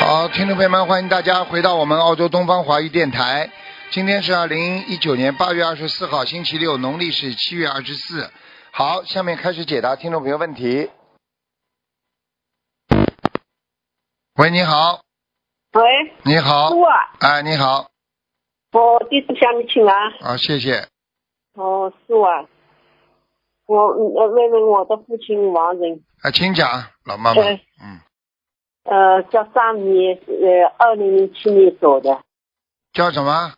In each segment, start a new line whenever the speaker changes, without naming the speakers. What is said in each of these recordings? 好，听众朋友们，欢迎大家回到我们澳洲东方华语电台。今天是二零一九年八月二十四号，星期六，农历是七月二十四。好，下面开始解答听众朋友问题。喂，你好，
喂，
你好
师，傅啊，
哎，你好，
我弟子向你请安。
好，谢谢。
哦，师傅啊，我呃问问我的父亲王仁，
啊，请讲，老妈妈
对，
嗯，
呃，叫张米，呃，二零零七年走的，
叫什么？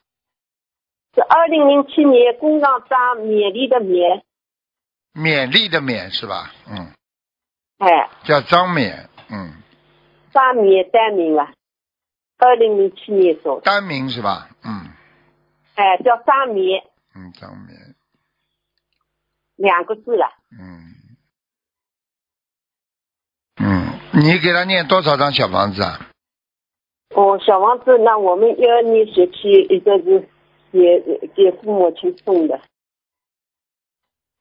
是二零零七年工厂张勉励的勉，
勉励的勉是吧？嗯，
哎，
叫张勉，嗯，
张勉单名啊，二零零七年走的，
单名是吧？嗯
哎，叫张勉
嗯，张勉，
两个字了，
嗯嗯，你给他念多少张小房子啊？
哦，小王子，那我们一二年学期一个是给给父母亲送的，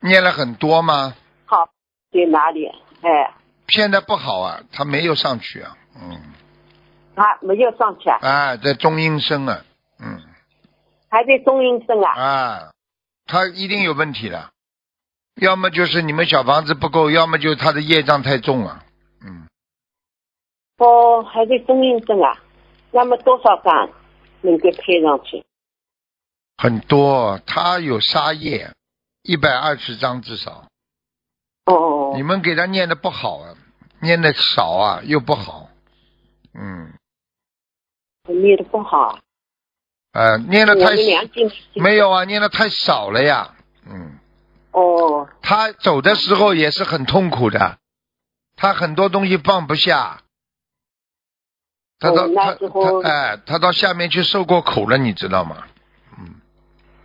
念了很多吗？
好，给哪里？哎，
现在不好啊，他没有上去啊，嗯，
他没有上去啊。
啊，在中阴身啊，嗯
还在中阴症啊？
啊，他一定有问题的，要么就是你们小房子不够，要么就是他的业障太重了，嗯，
哦，还在中阴症啊？那么多少张能够配上去？
很多，他有杀业，一百二十张至少。
哦
你，们给他念的不好啊，念的少啊，又不好。嗯，
我念的不好啊，
呃，念
我
的太
们良心
没有啊，念的太少了呀。嗯，
哦
他走的时候也是很痛苦的，他很多东西放不下。他到、
哦那时候
他他哎，他到下面去受过苦了，你知道吗？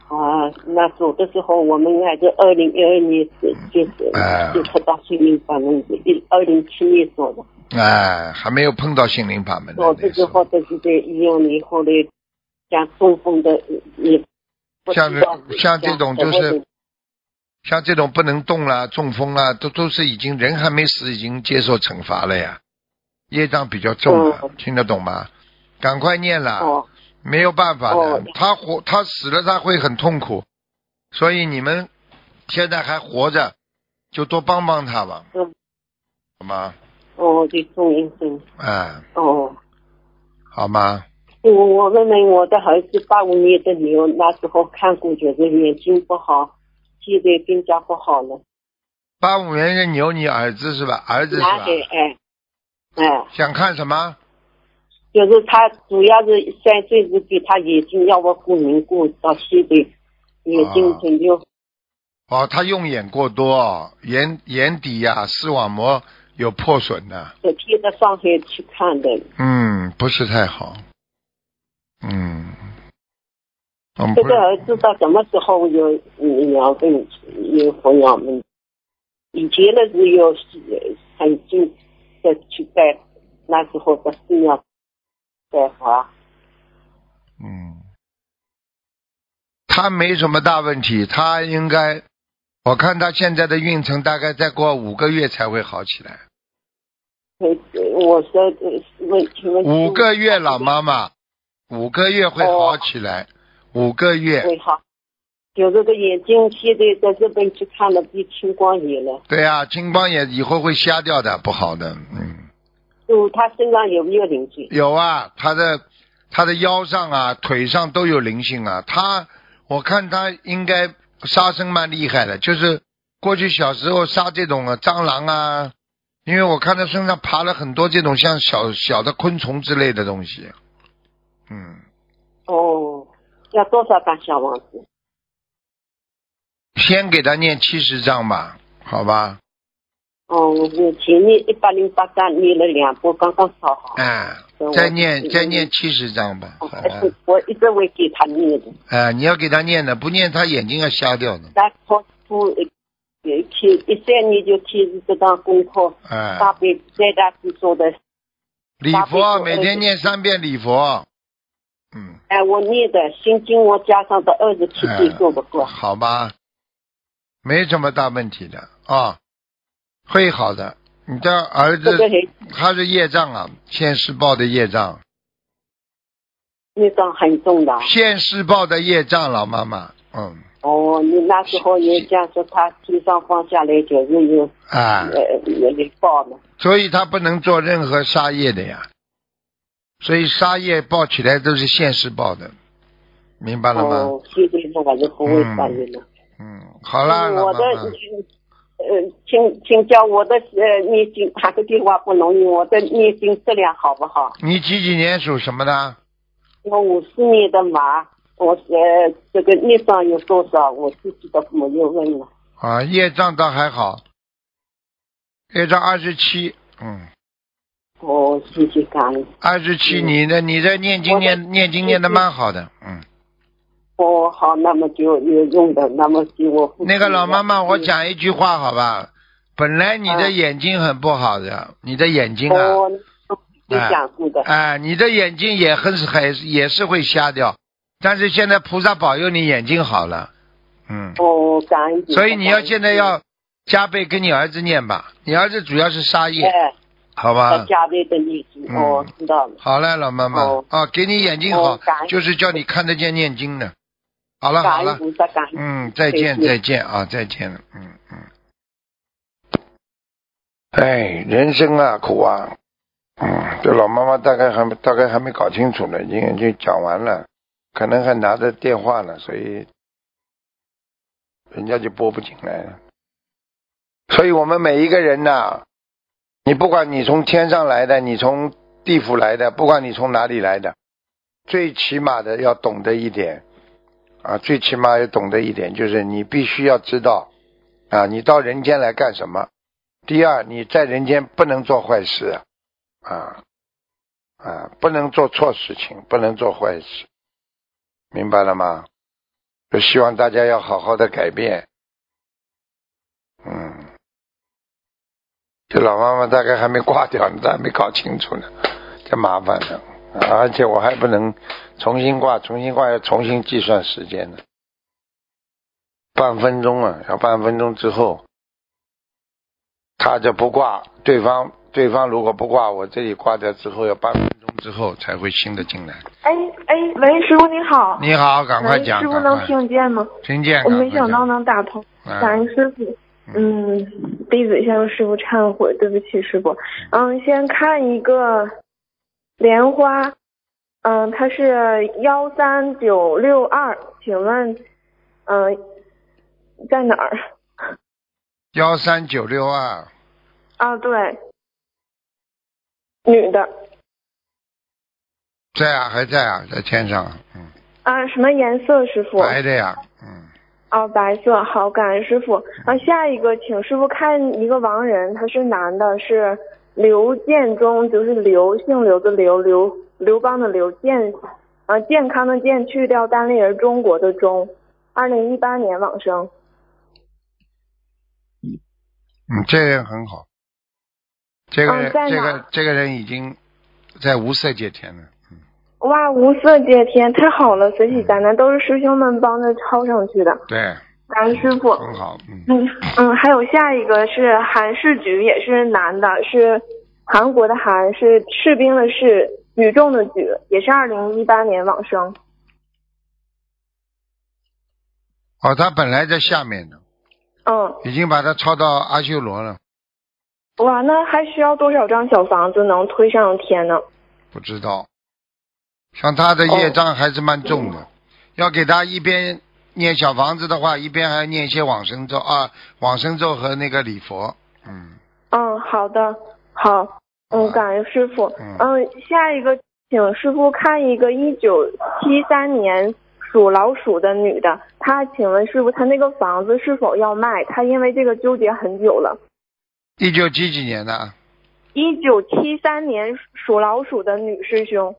啊，那走的时候我们还是二零一二年是就是
哎
就碰到心灵法门，一二零七年走的，
哎，还没有碰到心灵法门呢
走
那
的
时
时
候
候就是在医院里，后来像中风的也不知道
像这像这种就是
讲什么的
像这种不能动啦、中风啦，都都是已经人还没死，已经接受惩罚了呀，业障比较重了，
嗯
听得懂吗？赶快念啦，
哦
没有办法的，
哦
他活他死了他会很痛苦，所以你们现在还活着，就多帮帮他吧，
嗯
好吗？
哦，就中阴症
哎，
哦。
好吗？
我我问问我的儿子八五年的牛，那时候看过，就是眼睛不好，现在更加不好了。
八五年的牛，你儿子是吧？儿子是吧
男？的哎，哎，
想看什么？
就是他主要是三岁时给他眼睛要不过敏过，到现在眼睛成就、
哦，他用眼过多，眼眼底呀、视网膜有破损的、
昨天到上海去看的，
嗯，不是太好。嗯，嗯，
这
不是
个儿子到什么时候有阳病，有红阳病？以前的时候很近的去带，那时候不是要带好。
嗯，他没什么大问题，他应该，我看他现在的运程大概再过五个月才会好起来。
呃我说呃问，请问
五个月，老妈妈，五个月会好起来，五个月。
对好，有这个眼睛现在在日本去看了，变青光眼了。
对呀、青光眼以后会瞎掉的，不好的。嗯，
就他身上有没有灵性？
有啊，他的他的腰上啊、腿上都有灵性啊。他我看他应该杀生蛮厉害的，就是过去小时候杀这种啊蟑螂啊，因为我看他身上爬了很多这种像小小的昆虫之类的东西。嗯，
哦，要多少张小王子？
先给他念七十章吧，好吧？
哦，我是前面一百零八张念了两波，刚刚烧好。
哎、
嗯
再念
我
再念七十章吧，好啊吧？
还哦是我一直会给他念的。
哎、你要给他念的，不念他眼睛要瞎掉的。
那他不有一天一三年就开始这张功课，
哎、
大悲在大师做的。
礼佛每天念三遍礼佛。嗯。
哎，我念的心经，我加上的二十七遍够不够？
好吧，没什么大问题的啊，会好的。你的儿
这个
子
还
他是业障啊，现世报的业障，
业障很重的啊。
现世报的业障，老妈妈，嗯
哦，你那时候也讲说他天上放下来就是有
啊，
呃有有报嘛，
所以他不能做任何杀业的呀。所以杀业报起来都是现世报的，明白了吗？
哦，现在那我就不会翻译了。
嗯，好啦，老
我
妈
的
妈，
呃，请请教我的呃念经，打个电话不容易，我的念经质量好不好？
你几几年属什么的？
我五十年的马，我呃这个业障有多少？我自己都没有问了。
啊，业障倒还好，业障二十七，嗯，
哦，谢谢感恩。
二十七，你的你的念经
嗯我的
念念经念的蛮好的，嗯，
哦，好，那么就有用的，那么就我
那个老妈妈，我
讲。
讲一句话好吧，本来你的
嗯
眼睛很不好的，你的眼睛啊，
哦，有讲过的。
哎，你的眼睛也很很也是会瞎掉，但是现在菩萨保佑你眼睛好了，嗯，
哦，感恩。
所以你要现在要加倍跟你儿子念吧，你儿子主要是杀业，
哎，
好
要
吧？
加倍的念经。
啊嗯
哦，知道了。
好了，老妈妈
哦
啊，给你眼睛好
哦感，恩
就是叫你看得见念经的。好了好
感
了
恩，菩萨，感恩。
嗯，再见
再
再
见
见啊，再见了，嗯嗯。哎，人生啊苦啊，嗯，这老妈妈大概还没大概还没搞清楚呢，已经已经讲完了，可能还拿着电话呢，所以人家就拨不进来了。所以我们每一个人呐、你不管你从天上来的，你从地府来的，不管你从哪里来的，最起码的要懂得一点，啊，最起码要懂得一点，就是你必须要知道，啊，你到人间来干什么？第二，你在人间不能做坏事，啊，啊，不能做错事情，不能做坏事，明白了吗？就希望大家要好好的改变，嗯。这老妈妈大概还没挂掉呢，她还没搞清楚呢，这麻烦了。啊而且我还不能重新挂，重新挂要重新计算时间呢，半分钟啊，要半分钟之后，他就不挂，对方对方如果不挂，我这里挂掉之后要半分钟之后才会新的进来。
哎哎，喂，师傅你好。
你好，赶快讲，
喂师傅
赶
能
快
听见吗？
听见，
我
赶快
没想到
讲，
能打通，
嗯
感恩师傅。嗯，弟子向师傅忏悔，对不起师傅。嗯，先看一个莲花，嗯，它是幺三九六二，请问，嗯，在哪儿？
幺三九六二，
啊，对，女的，
在啊，还在啊，在天上，嗯，
啊，什么颜色，师傅？
白的呀，嗯。
哦，白色，好，感恩师傅。啊，下一个，请师傅看一个亡人，他是男的，是刘建忠，就是刘，姓刘的刘，刘刘邦的刘，健，啊，健康的健，去掉单立人中国的中，二零一八年往生。
嗯，这个人很好，这个
嗯
人、
在
这
哪
个这个人已经在无色界天了。
哇，无色界天，太好了，随喜灾难都是师兄们帮着抄上去的，
对，
感恩师傅。
很好，嗯，
嗯嗯，还有下一个是韩世举，也是男的，是韩国的韩，是士兵的士，举重的举，也是二零一八年往生。
哦，他本来在下面的，
嗯，
已经把他抄到阿修罗了，
哇，那还需要多少张小房子能推上天呢？
不知道。像他的业障还是蛮重的，
哦
要给他一边念小房子的话，一边还要念一些往生咒啊，往生咒和那个礼佛，嗯，
嗯，好的，好，嗯，感恩师傅。
啊嗯
嗯，下一个，请师傅看一个一九七三年属老鼠的女的，她请问师傅，她那个房子是否要卖？她因为这个纠结很久了。
一九几几年的啊，
一九七三年属老鼠的女师兄，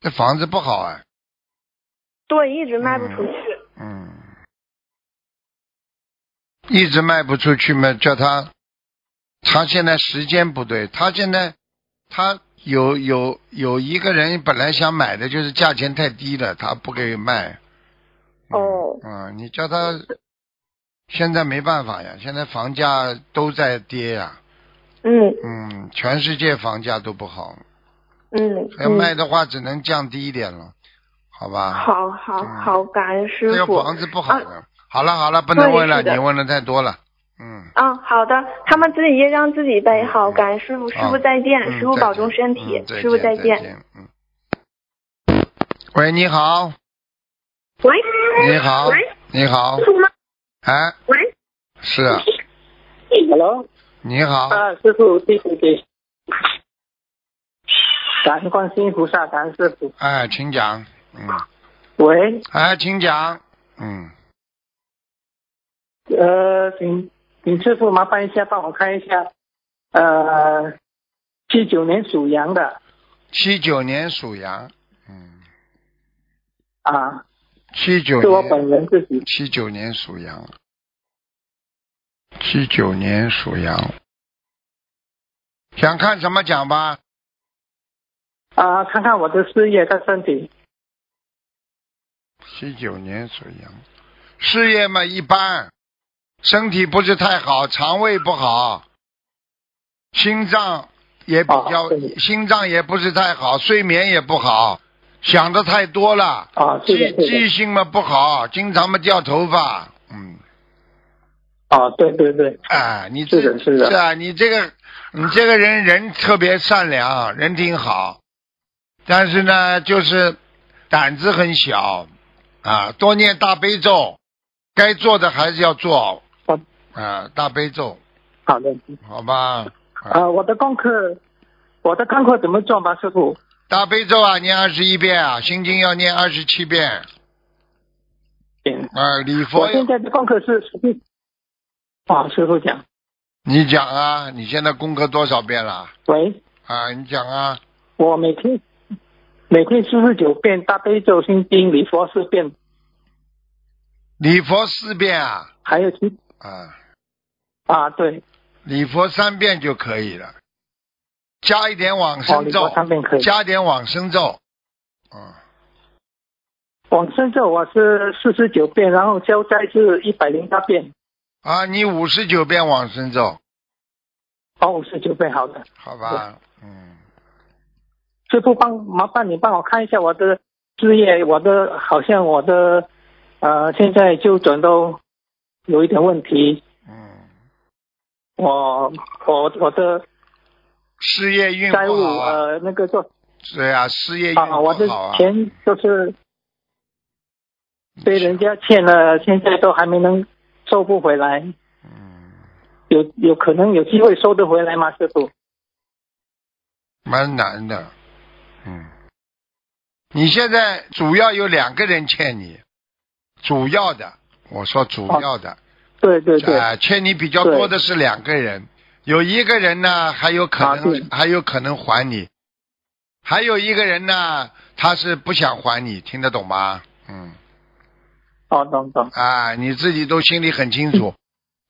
这房子不好啊，
对，一直卖不出去。
嗯，一直卖不出去嘛，叫他，他现在时间不对，他现在他有有有一个人本来想买的，就是价钱太低了，他不给卖。嗯
哦
嗯，你叫他，现在没办法呀，现在房价都在跌呀，
嗯
嗯，全世界房价都不好，
嗯，
要
嗯
卖的话只能降低一点了，好吧？，
好好
嗯
好，感恩师
这个
傅。
房子不好的。好了好了，不能
对
问了，
是的
你问的太多了。嗯，
啊，好的，他们自己业障自己背。好，感恩师傅，师傅
嗯
再见，
嗯
师傅
再
保
见
重身体，
嗯
师傅再见。
见。嗯。喂，你好，
喂，
你好
喂，
你好，
师傅吗？
哎，
喂，
是啊，
Hello，
你好，
啊，师傅，弟子给，感恩观世音菩萨，感恩师傅。
哎，请讲，嗯，
喂，
哎，请讲，嗯，
呃，请请师傅麻烦一下，帮我看一下，呃，七九年属羊的
七九年属羊，嗯，
啊，
七九
是我本
年，
人自己
七九年属羊，七九年属羊，想看什么讲吧？
啊，看看我的事业跟身体
七九年属羊，事业嘛一般，身体不是太好，肠胃不好，心脏也比较，
哦对
心脏也不是太好，睡眠也不好，想的太多了，
啊，
记
对的对
记
的，
性嘛不好，经常嘛掉头发，嗯，
啊，对对对，
啊，你这
是的是的
是啊，你这个你这个人人特别善良，人挺好，但是呢，就是胆子很小啊，多念大悲咒，该做的还是要做
好
啊，大悲咒，
好的，
好吧？
啊，我的功课，我的功课怎么做吧，师傅？
大悲咒啊，念二十一遍啊，心经要念二十七遍
嗯，
啊，礼佛
我现在的功课是，啊，师傅讲，
你讲啊，你现在功课多少遍了
喂。
啊？你讲啊，
我每天每天四十九遍大悲咒心经礼佛四遍，
礼佛四遍啊
还有其
啊。
啊对，
礼佛三遍就可以了，加一点往
哦
生
礼
咒
佛，三遍可以。
加点往生咒，嗯，
往生咒我是四十九遍，然后消灾是一百零八遍，
啊，你五十九遍往生咒，
哦五十九遍好的。
好吧，嗯，
师傅帮麻烦你帮我看一下我的事业，我的好像我的呃现在就诊都有一点问题，
嗯，
我我我的
事业运
债务
不好啊，
呃那个做
对啊，事业运
啊，我的
不好啊，
钱就是被人家欠了，现在都还没能收不回来。
嗯，
有有可能有机会收得回来吗，师傅？
蛮难的，嗯，你现在主要有两个人欠你，主要的，我说主
哦
要的，
对对对，
啊、欠你比较多的是两个人，有一个人呢还有可
啊
能、
对
还有可能还你，还有一个人呢他是不想还你，听得懂吗？嗯，
哦，懂懂，
啊，你自己都心里很清 楚，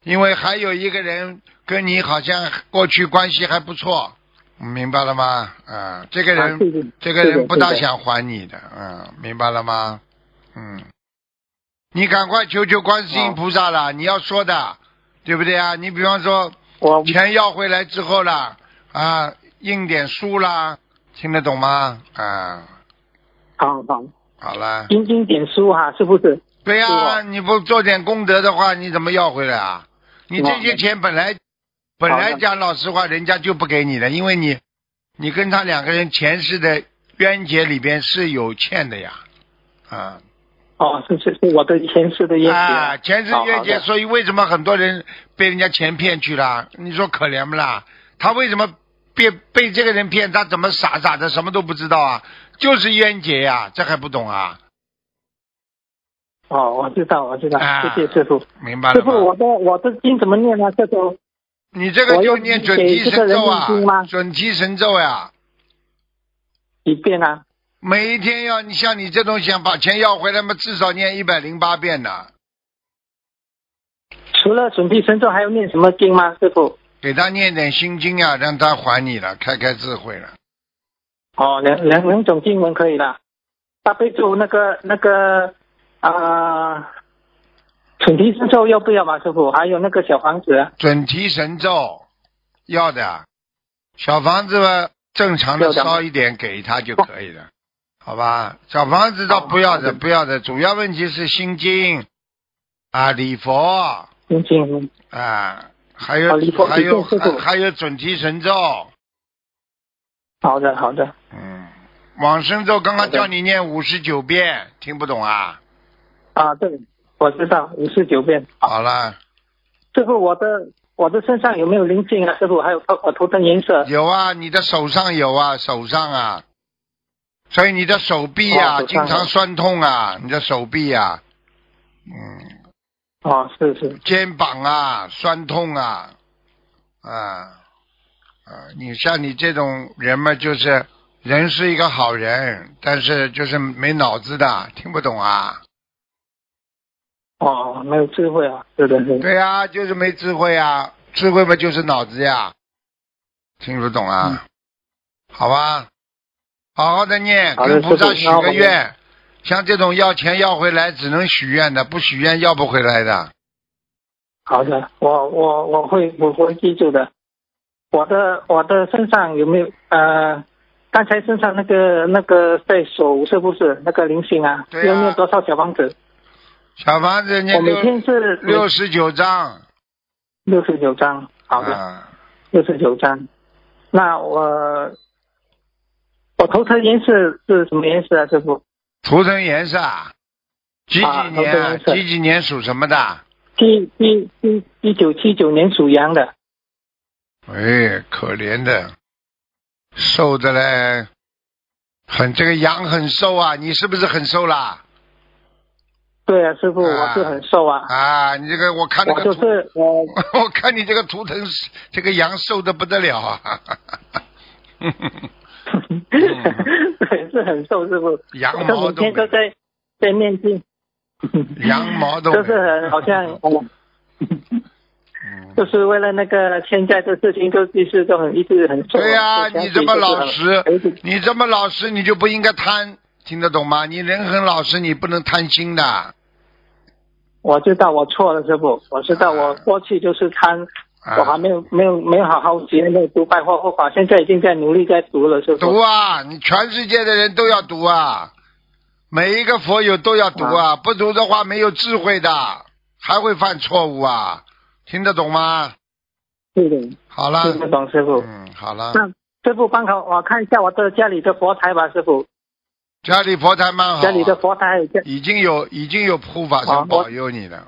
因为还有一个人跟你好像过去关系还不错，明白了吗？啊，这个人、
啊对对
这个
对
人
的
不大
对的
想还你的，嗯，明白了吗？嗯，你赶快求求观世音
哦
菩萨啦！你要说的，对不对啊？你比方说
我
钱要回来之后啦，啊，印点书啦，听得懂吗？啊，
好好，
好了，
精经点书哈、是不是？
对呀、
是吧
你不做点功德的话，你怎么要回来啊？你
是吧
这些钱本来本来讲老实话，人家就不给你的，因为你你跟他两个人前世的冤结里边是有欠的呀，啊。
哦，是是是我的前世的冤结、
啊，钱是冤结，
好好的
所以为什么很多人被人家钱骗去了？你说可怜不啦？他为什么被被这个人骗？他怎么傻傻的什么都不知道啊？就是冤结呀、这还不懂啊？
哦，我知道我知道，
啊
谢谢师傅。
明白
师
了
傅，
吗？
我的我的经怎么念呢？这周
你这个
我
就
要
念
给
准提
这个
神
人
咒啊
念经吗，
准提神咒呀、
几遍啊？
每一天要你像你这种想把钱要回来嘛，至少念一百零八遍呢，
除了准提神咒，还要念什么经吗？师傅？
给他念点心经啊，让他还你了，开开智慧了。
哦，两两两种经文可以啦。大悲咒那个那个啊，准提神咒要不要嘛，师傅？还有那个小房子，
啊
啊
准提神咒要的，小房子吧，正常的烧一点给他就可以了，好吧？小房子倒不要的，不要的，主要问题是心经啊、礼佛
行行，
啊，还
啊
有
礼佛
还有
礼佛师
还
傅
还有准提神咒，
好的好的，
嗯，往生咒刚
好
刚
的
叫你念五十九遍，听不懂啊？
啊对，我知道五十九遍。
好了，
师傅，我的我的身上有没有灵性啊？师傅，还有头我头的颜色
有啊，你的手上有啊，手上啊，所以你的手臂啊，
哦手上
经
有
常酸痛啊，你的手臂啊，
哦，是是
肩膀啊，酸痛啊，啊啊，你像你这种人嘛，就是人是一个好人，但是就是没脑子的，听不懂啊。
哦，没有智慧啊，是的是的。
对啊，就是没智慧啊，智慧嘛就是脑子呀，听不懂啊。
嗯
好吧，好好的念，
好的
跟菩萨
师傅
许
那我
个
们
愿。像这种要钱要回来，只能许愿的，不许愿要不回来的。
好的，我我我会我会记住的。我的我的身上有没有呃，刚才身上那个那个在手是不是那个灵性啊？
对啊
要念多少小房子？
小房子
我
念
每天
六
是
六十九章，
六十九张，好的，
啊，
六十九张。那我我头疼颜色是什么颜色啊，师傅？
图腾颜色啊，几
啊
几年
图腾
啊？
颜色
几几年属什么的？
一一一一九七九年属羊的，
哎，可怜的，瘦的嘞，很这个羊很瘦啊，你是不是很瘦啦？
对啊，师傅，
啊
我是很瘦啊，
啊，你这个我看那
我
个
就
图，
是我
我看你这个图腾是，这个羊瘦的不得了啊！ 嗯
对是很瘦，师傅，
羊
我
啊毛
就
都没
每天都在在念经，
羊毛 都没
就是很好 像，
嗯
就是为了那个欠债的事情，就一直都很一直很瘦啊。
对呀、
就想
你
起
这么
就是哎
老
很
实
一直，
你这么老实，你就不应该贪，听得懂吗？你人很老实，你不能贪心的。
我知道我错了，师傅，我知道
啊
我过去就是贪。
啊
我还没有没有没有好好学那个读百货护法，现在已经在努力在读了，师
读
傅。
啊，你全世界的人都要读啊，每一个佛友都要读啊，不读的话没有智慧的，还会犯错误啊，听得懂吗？
是的，
好了，
听得懂师傅。
啊嗯，好了，
那师傅帮我我看一下我的家里的佛台吧，师傅，
家里佛台蛮好啊，嗯
家里的佛台还有家，
已经有已经有护法
啊
神
我
保佑你了，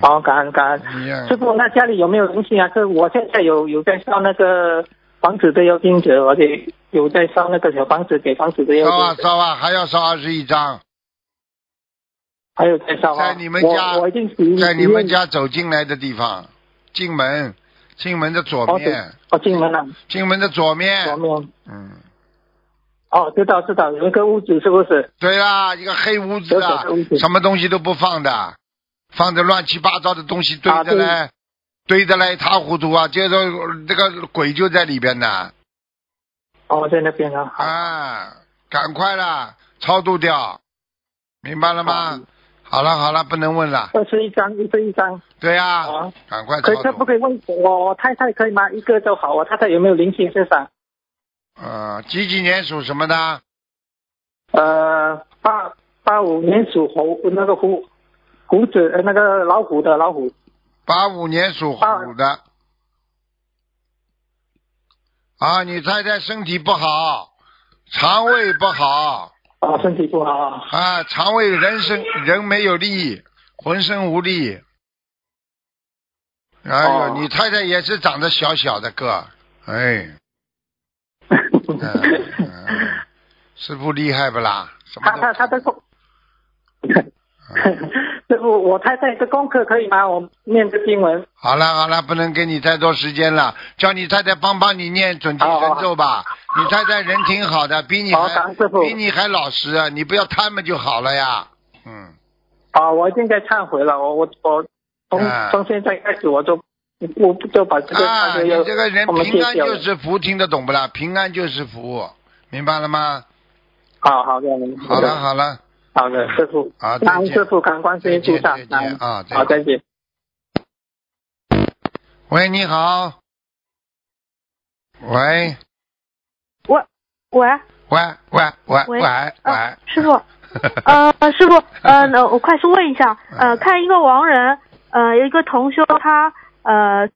好、感恩感恩。
你呀
师傅，那家里有没有灵性啊？这我现在有有在烧那个房子的妖精者，而且有在烧那个小房子给房子的妖
烧啊
精者，
烧啊，还要烧二十一张，
还有在烧
在
啊。
你们家
我我已经许
在你们
许愿
家走进来的地方，进门，进门的左
哦
面，
我进门了，
进门的左
左
面，
面。
嗯，
哦，知道知道，有一个屋子是不是？
对啦，一个黑屋子
有
啊
小黑屋，子
什么东西都不放的，放着乱七八糟的东西堆
啊
着嘞，堆得来一塌糊涂啊，接着这个鬼就在里边呢，
哦，在那边啊。好
啊，赶快啦，超度掉，明白了吗？好了好了，不能问了，
二十一张，一十一张。
对呀、
好啊
赶快
可以
超
可不
度。
可以问我我太太可以吗？一个就好，我太太有没有灵性身上？
呃，几几年属什么的？
呃，八八五年属猴，那个虎虎子，呃，那个老虎的老虎。
八五年属虎的。啊，你太太身体不好，肠胃不好
哦，身体不好啊。
啊，肠胃人身人没有力，浑身无力。哎呦，
哦
你太太也是长得小小的个，哎，嗯师傅厉害不啦？什么
他
都
他他的功，
嗯
师傅，我太太的功课可以吗？我念的经文。
好了好了，不能给你太多时间了，叫你太太帮帮你念准提神咒吧。你太太人挺好的，比你
好
还
哦感恩师傅
比你还老实啊，你不要贪嘛就好了呀。嗯，
啊、我已经在忏悔了，我我我从、
啊
从现在开始我就我不就把这个
啊，
这
你
个
这个人
我们
平安
戒掉了
就是福，听得懂不啦？平安就是福，明白了吗？
好好的
好了好了，
好的师傅，
好再
感恩
见
师傅，感恩观世音菩
再
萨
见，再见
感恩
啊再见
好再见。
喂，你好，喂
喂喂
喂喂喂
喂
喂喂，
呃师傅， 呃，师傅，呃，那我快速问一下，
嗯
呃，看一个亡人，呃，有一个同修他呃，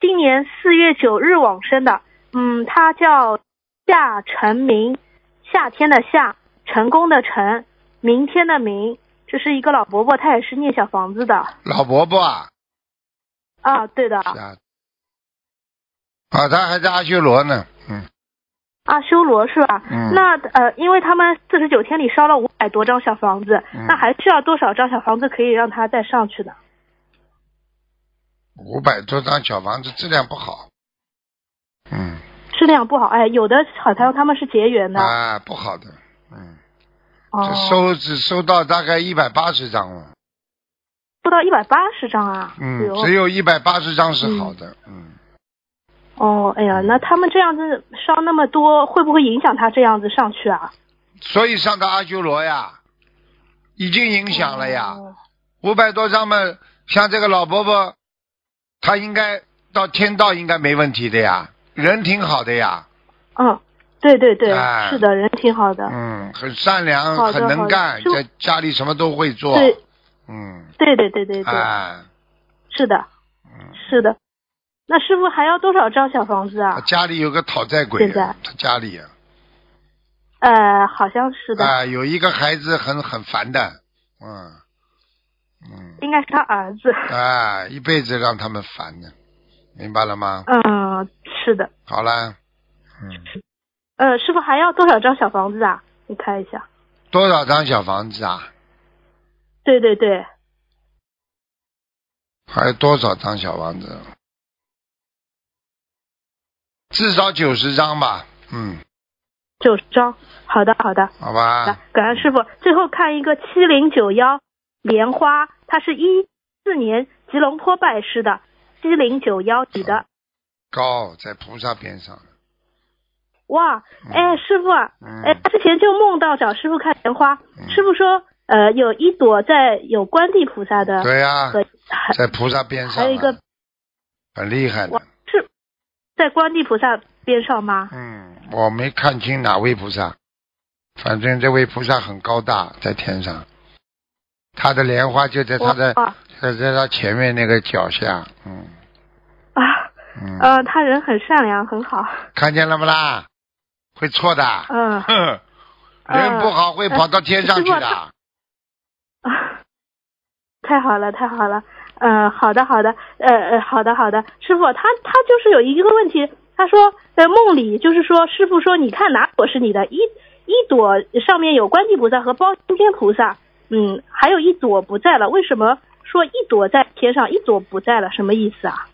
今年四月九日往生的，嗯，他叫夏成明，夏天的夏，成功的成，明天的明，这是一个老伯伯，他也是念小房子的
老伯伯啊，
啊，对的，
啊，啊，他还在阿修罗呢，嗯，
阿啊修罗是吧？
嗯
那呃，因为他们四十九天里烧了五百多张小房子，
嗯
那还需要多少张小房子可以让他再上去的？
五百多张小房子质量不好，嗯
质量不好，哎，有的好像他们是结缘的，
啊，不好的，嗯，
哦，
这收只收到大概一百八十张了，
不到一百八十张啊，哎
嗯
呦，
只有一百八十张是好的，嗯，
哦，哎呀，那他们这样子烧那么多，会不会影响他这样子上去啊？
所以上到阿修罗呀，已经影响了呀。
哦
五百多张嘛，像这个老伯伯，他应该到天道应该没问题的呀，人挺好的呀，
嗯，对对对，
哎
是的，人挺好的，
嗯，很善良，
好的
很能干，
好的
在家里什么都会做，
对
嗯，
对对对对对，
哎，嗯
是的，是的。那师傅还要多少张小房子啊
他？家里有个讨债鬼
现在，
他家里啊、
呃，好像是的，
哎有一个孩子很很烦的，嗯嗯，
应该是他儿子。
哎，一辈子让他们烦的，明白了吗？
嗯，是的。
好了，嗯，
呃，师傅还要多少张小房子啊？你看一下。
多少张小房子啊？
对对对，
还有多少张小房子？至少九十张吧。嗯，
九十张。好的，好的。
好
好的
吧。
感恩师傅。最后看一个七零九幺莲花，它是一四年吉隆坡拜师的，七零九幺你的。
高在菩萨边上。
哇，哎，师傅啊，
嗯
哎，之前就梦到找师傅看莲花，师傅说，呃，有一朵在有观地菩萨的，
对啊呀、
和呃还
在菩萨边上、啊。
还有一个
很厉害
哇
的。
是在观地菩萨边上吗？
嗯，我没看清哪位菩萨，反正这位菩萨很高大，在天上。他的莲花就在他的
哇
在在他前面那个脚下。嗯
啊，
嗯、
呃，他人很善良，很好，
看见了不啦？会错的。
嗯、
哼， 人
嗯
不好会跑到天上去
师傅
的
他。啊， 太好了，太好了。呃，好的，好的，呃呃，好的，好的。师傅，他他就是有一个问题，他说在梦里，就是说师傅说，你看哪朵是你的？一一朵上面有观地菩萨和包青天菩萨，嗯，还有一朵不在了。为什么说一朵在天上，一朵不在了？什么意思啊？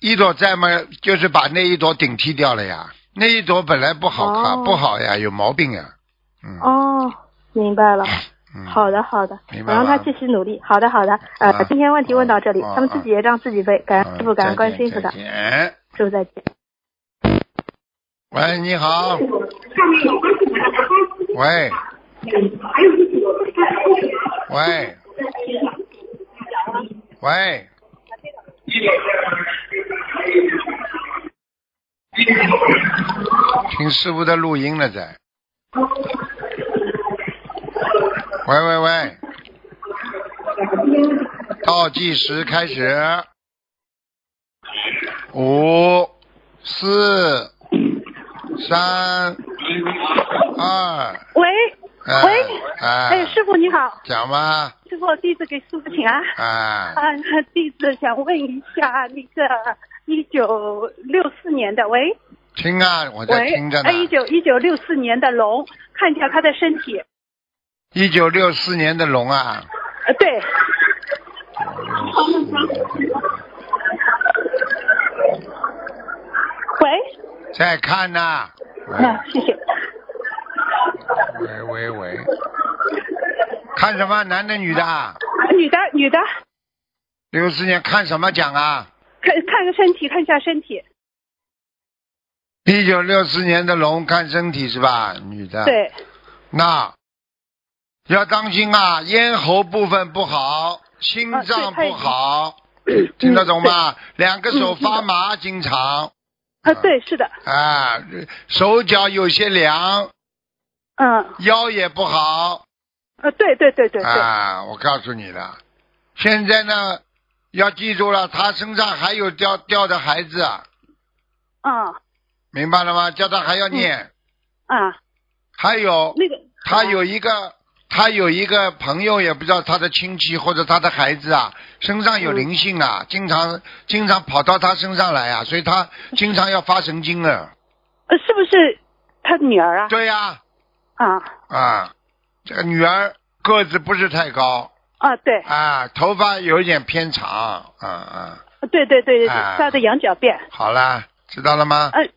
一朵在嘛，就是把那一朵顶替掉了呀。那一朵本来不好看，
哦
不好呀，有毛病呀。嗯，
哦，明白了。
嗯
好的，好的，
明
我
白了
让他继续努力。好的，好的。呃，
啊
今天问题问到这里，
啊
他们自己也让自己背，感恩师傅，感恩观世音菩萨
嗯再，见哎再见
师傅再见。
喂，你好。喂。喂。喂。听师傅的录音了，在。喂喂喂。倒计时开始。五、四、三、二，
喂，
哎
喂
哎
哎，，师傅你好，
讲吧，
师傅弟子给师傅请安。
哎，
啊，弟子想问一下那个一九六四年的，喂
听啊，我在
喂
听着，呢
哎，。一九一九六四年的龙，看一下他的身体。
一九六四年的龙啊，
呃，对，喂，
在看呐。
那谢谢。
喂喂喂，看什么？男的女的啊？
女的，女的，
六四年看什么讲啊？
看看个身体，看一下身体。
一九六四年的龙看身体是吧？女的。。
对，
那要当心啊，咽喉部分不好，心
啊嗯
脏不好，听得懂吗？两个手发麻，经常
啊，对，是的，
啊，手脚有些凉，
嗯，
腰也不好
呃，对对对对对，
啊。我告诉你了，现在呢，要记住了，他身上还有掉掉的孩子啊，
嗯
明白了吗？叫他还要念，
啊，
还有
那个
他有一个，他有一个朋友，也不知道他的亲戚或者他的孩子啊，身上有灵性啊，经常经常跑到他身上来啊，所以他经常要发神经啊。
呃是不是他女儿啊？
对呀、
啊
啊，这个女儿个子不是太高
啊，对
啊，头发有一点偏长，啊啊，
对对对，
啊
他的羊角辫，
好啦，知道了吗？
嗯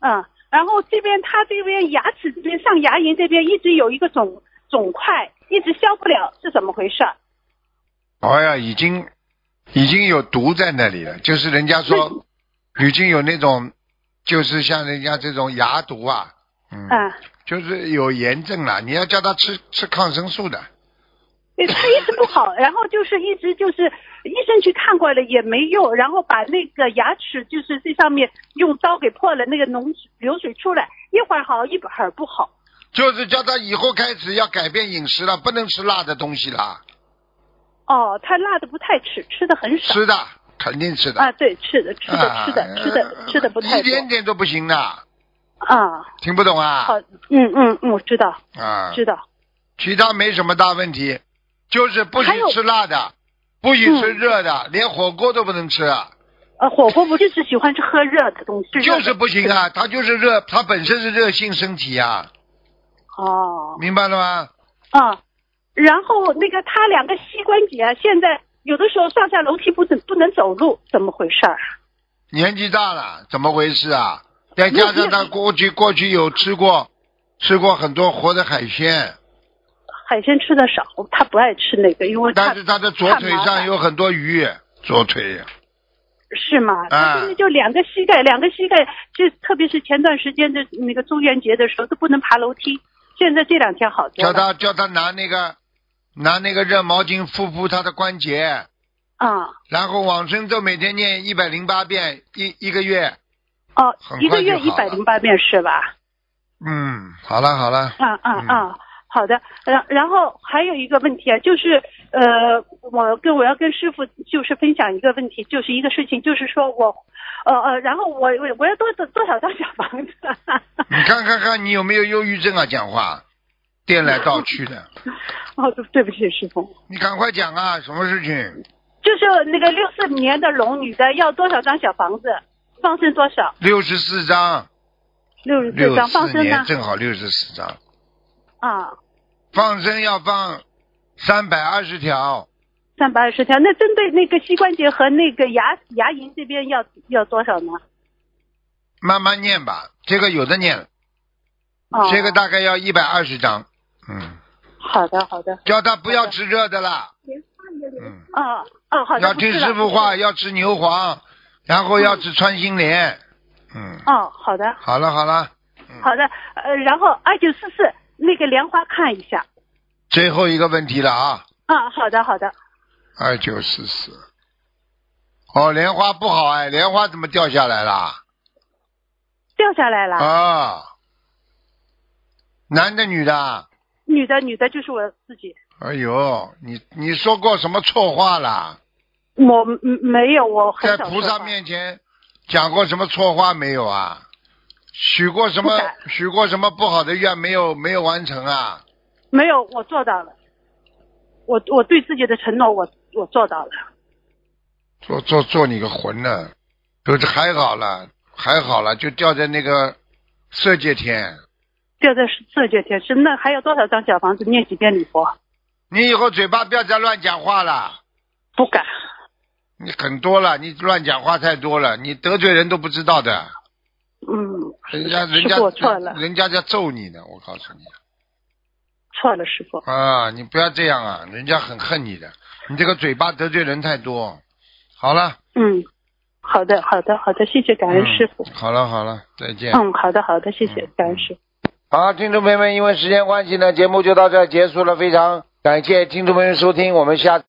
嗯，然后这边他这边牙齿这边上牙龈这边一直有一个肿肿块，一直消不了，是怎么回事？
哎呀，已经已经有毒在那里了，就是人家说已经有那种，就是像人家这种牙毒啊，嗯，
嗯，
就是有炎症了，你要叫他吃吃抗生素的，
对他一直不好，然后就是一直就是医生去看过了也没用，然后把那个牙齿就是这上面用刀给破了，那个脓流水出来，一会儿好一会儿不好。
就是叫他以后开始要改变饮食了，不能吃辣的东西啦，
哦，他辣的不太吃，吃的很少。
吃的肯定吃的，
啊，对，吃的吃的
啊
吃的吃的吃的不太
一
多。
点点都不行的，
啊，
听不懂啊？
好，嗯嗯嗯，我知道
啊，
知道。
其他没什么大问题，就是不许
还有
吃辣的，不许吃热的，
嗯
连火锅都不能吃，啊
呃，火锅不就是喜欢吃喝热的东西？热
就
的
是不行啊！它就是热，它本身是热性身体啊，
哦，
明白了吗？
啊，然后那个他两个膝关节啊现在有的时候上下楼梯不能不能走路，怎么回事儿？啊
年纪大了，怎么回事啊？再加上他过去过去有吃过，吃过很多活的海鲜，
海鲜吃的少，他不爱吃那个，因为他
但是他的左腿上有很多鱼，左腿
是吗？
啊
他现在就两个膝盖，两个膝盖，这特别是前段时间的那个中元节的时候都不能爬楼梯，现在这两天好多
叫
了。
他叫他拿那个拿那个热毛巾敷敷他的关节，
啊、
然后往生咒每天念一百零八遍一一个月。
哦
很，
一
快
个月
就
一
好
百
了
零八遍是吧？
嗯，好了好了，
啊啊
嗯
啊！好的，然然后还有一个问题啊，就是呃，我跟我要跟师傅就是分享一个问题，就是一个事情，就是说我，呃呃，然后我我我要多多少张小房子？
你看看看你有没有忧郁症啊？讲话颠来倒去的，
哦，对对不起，师傅，
你赶快讲啊，什么事情？
就是那个六四年的龙女的要多少张小房子？放生多少？
六十四章，
六十
六
四张放
四
生呢
年？正好六十四章，
啊，
放生要放三百二十条，
三百二十条。那针对那个膝关节和那个牙牙龈这边要要多少呢？
慢慢念吧。这个有的念，
哦，
这个大概要一百二十章。嗯，
好的好的，
叫他不要吃热的啦。嗯，
哦哦好的，
要
不
听
吃了
师傅话，要吃牛黄，然后要吃穿心莲。嗯，
哦，好的，
好了好了，
好的，呃，然后二九四四那个莲花看一下。
最后一个问题了啊。
啊，好的，好的，
二九四四。哦，莲花不好哎，莲花怎么掉下来啦？
掉下来了。
啊，男的女的啊？
女的，女的就是我自己，
哎呦，你你说过什么错话啦？
我嗯没有，我很
在
少
菩
说
萨
话
面前讲过什么错话没有啊？许过什
不
么
敢
许过什么不好的愿没有没有完成啊？
没有，我做到了，我我对自己的承诺我，我做到了。
做做做你个魂呢！就是还好了，还好了，就掉在那个色界天。
掉在色界天是那还有多少张小房子？念几遍礼佛？
你以后嘴巴不要再乱讲话了。
不敢。
你很多了，你乱讲话太多了，你得罪人都不知道的，
嗯，
人家人
师
家
傅我错了，
人家在揍你呢，我告诉你
错了，师傅。
啊，你不要这样啊，人家很恨你的，你这个嘴巴得罪人太多。好了，
嗯，好的，好的，好的，谢谢感恩师傅。
嗯好了好了，再见。
嗯，好的，好的，谢谢感
嗯
恩师傅。
好，听众朋友们，因为时间关系呢，节目就到这儿结束了，非常感谢听众朋友收听，我们下。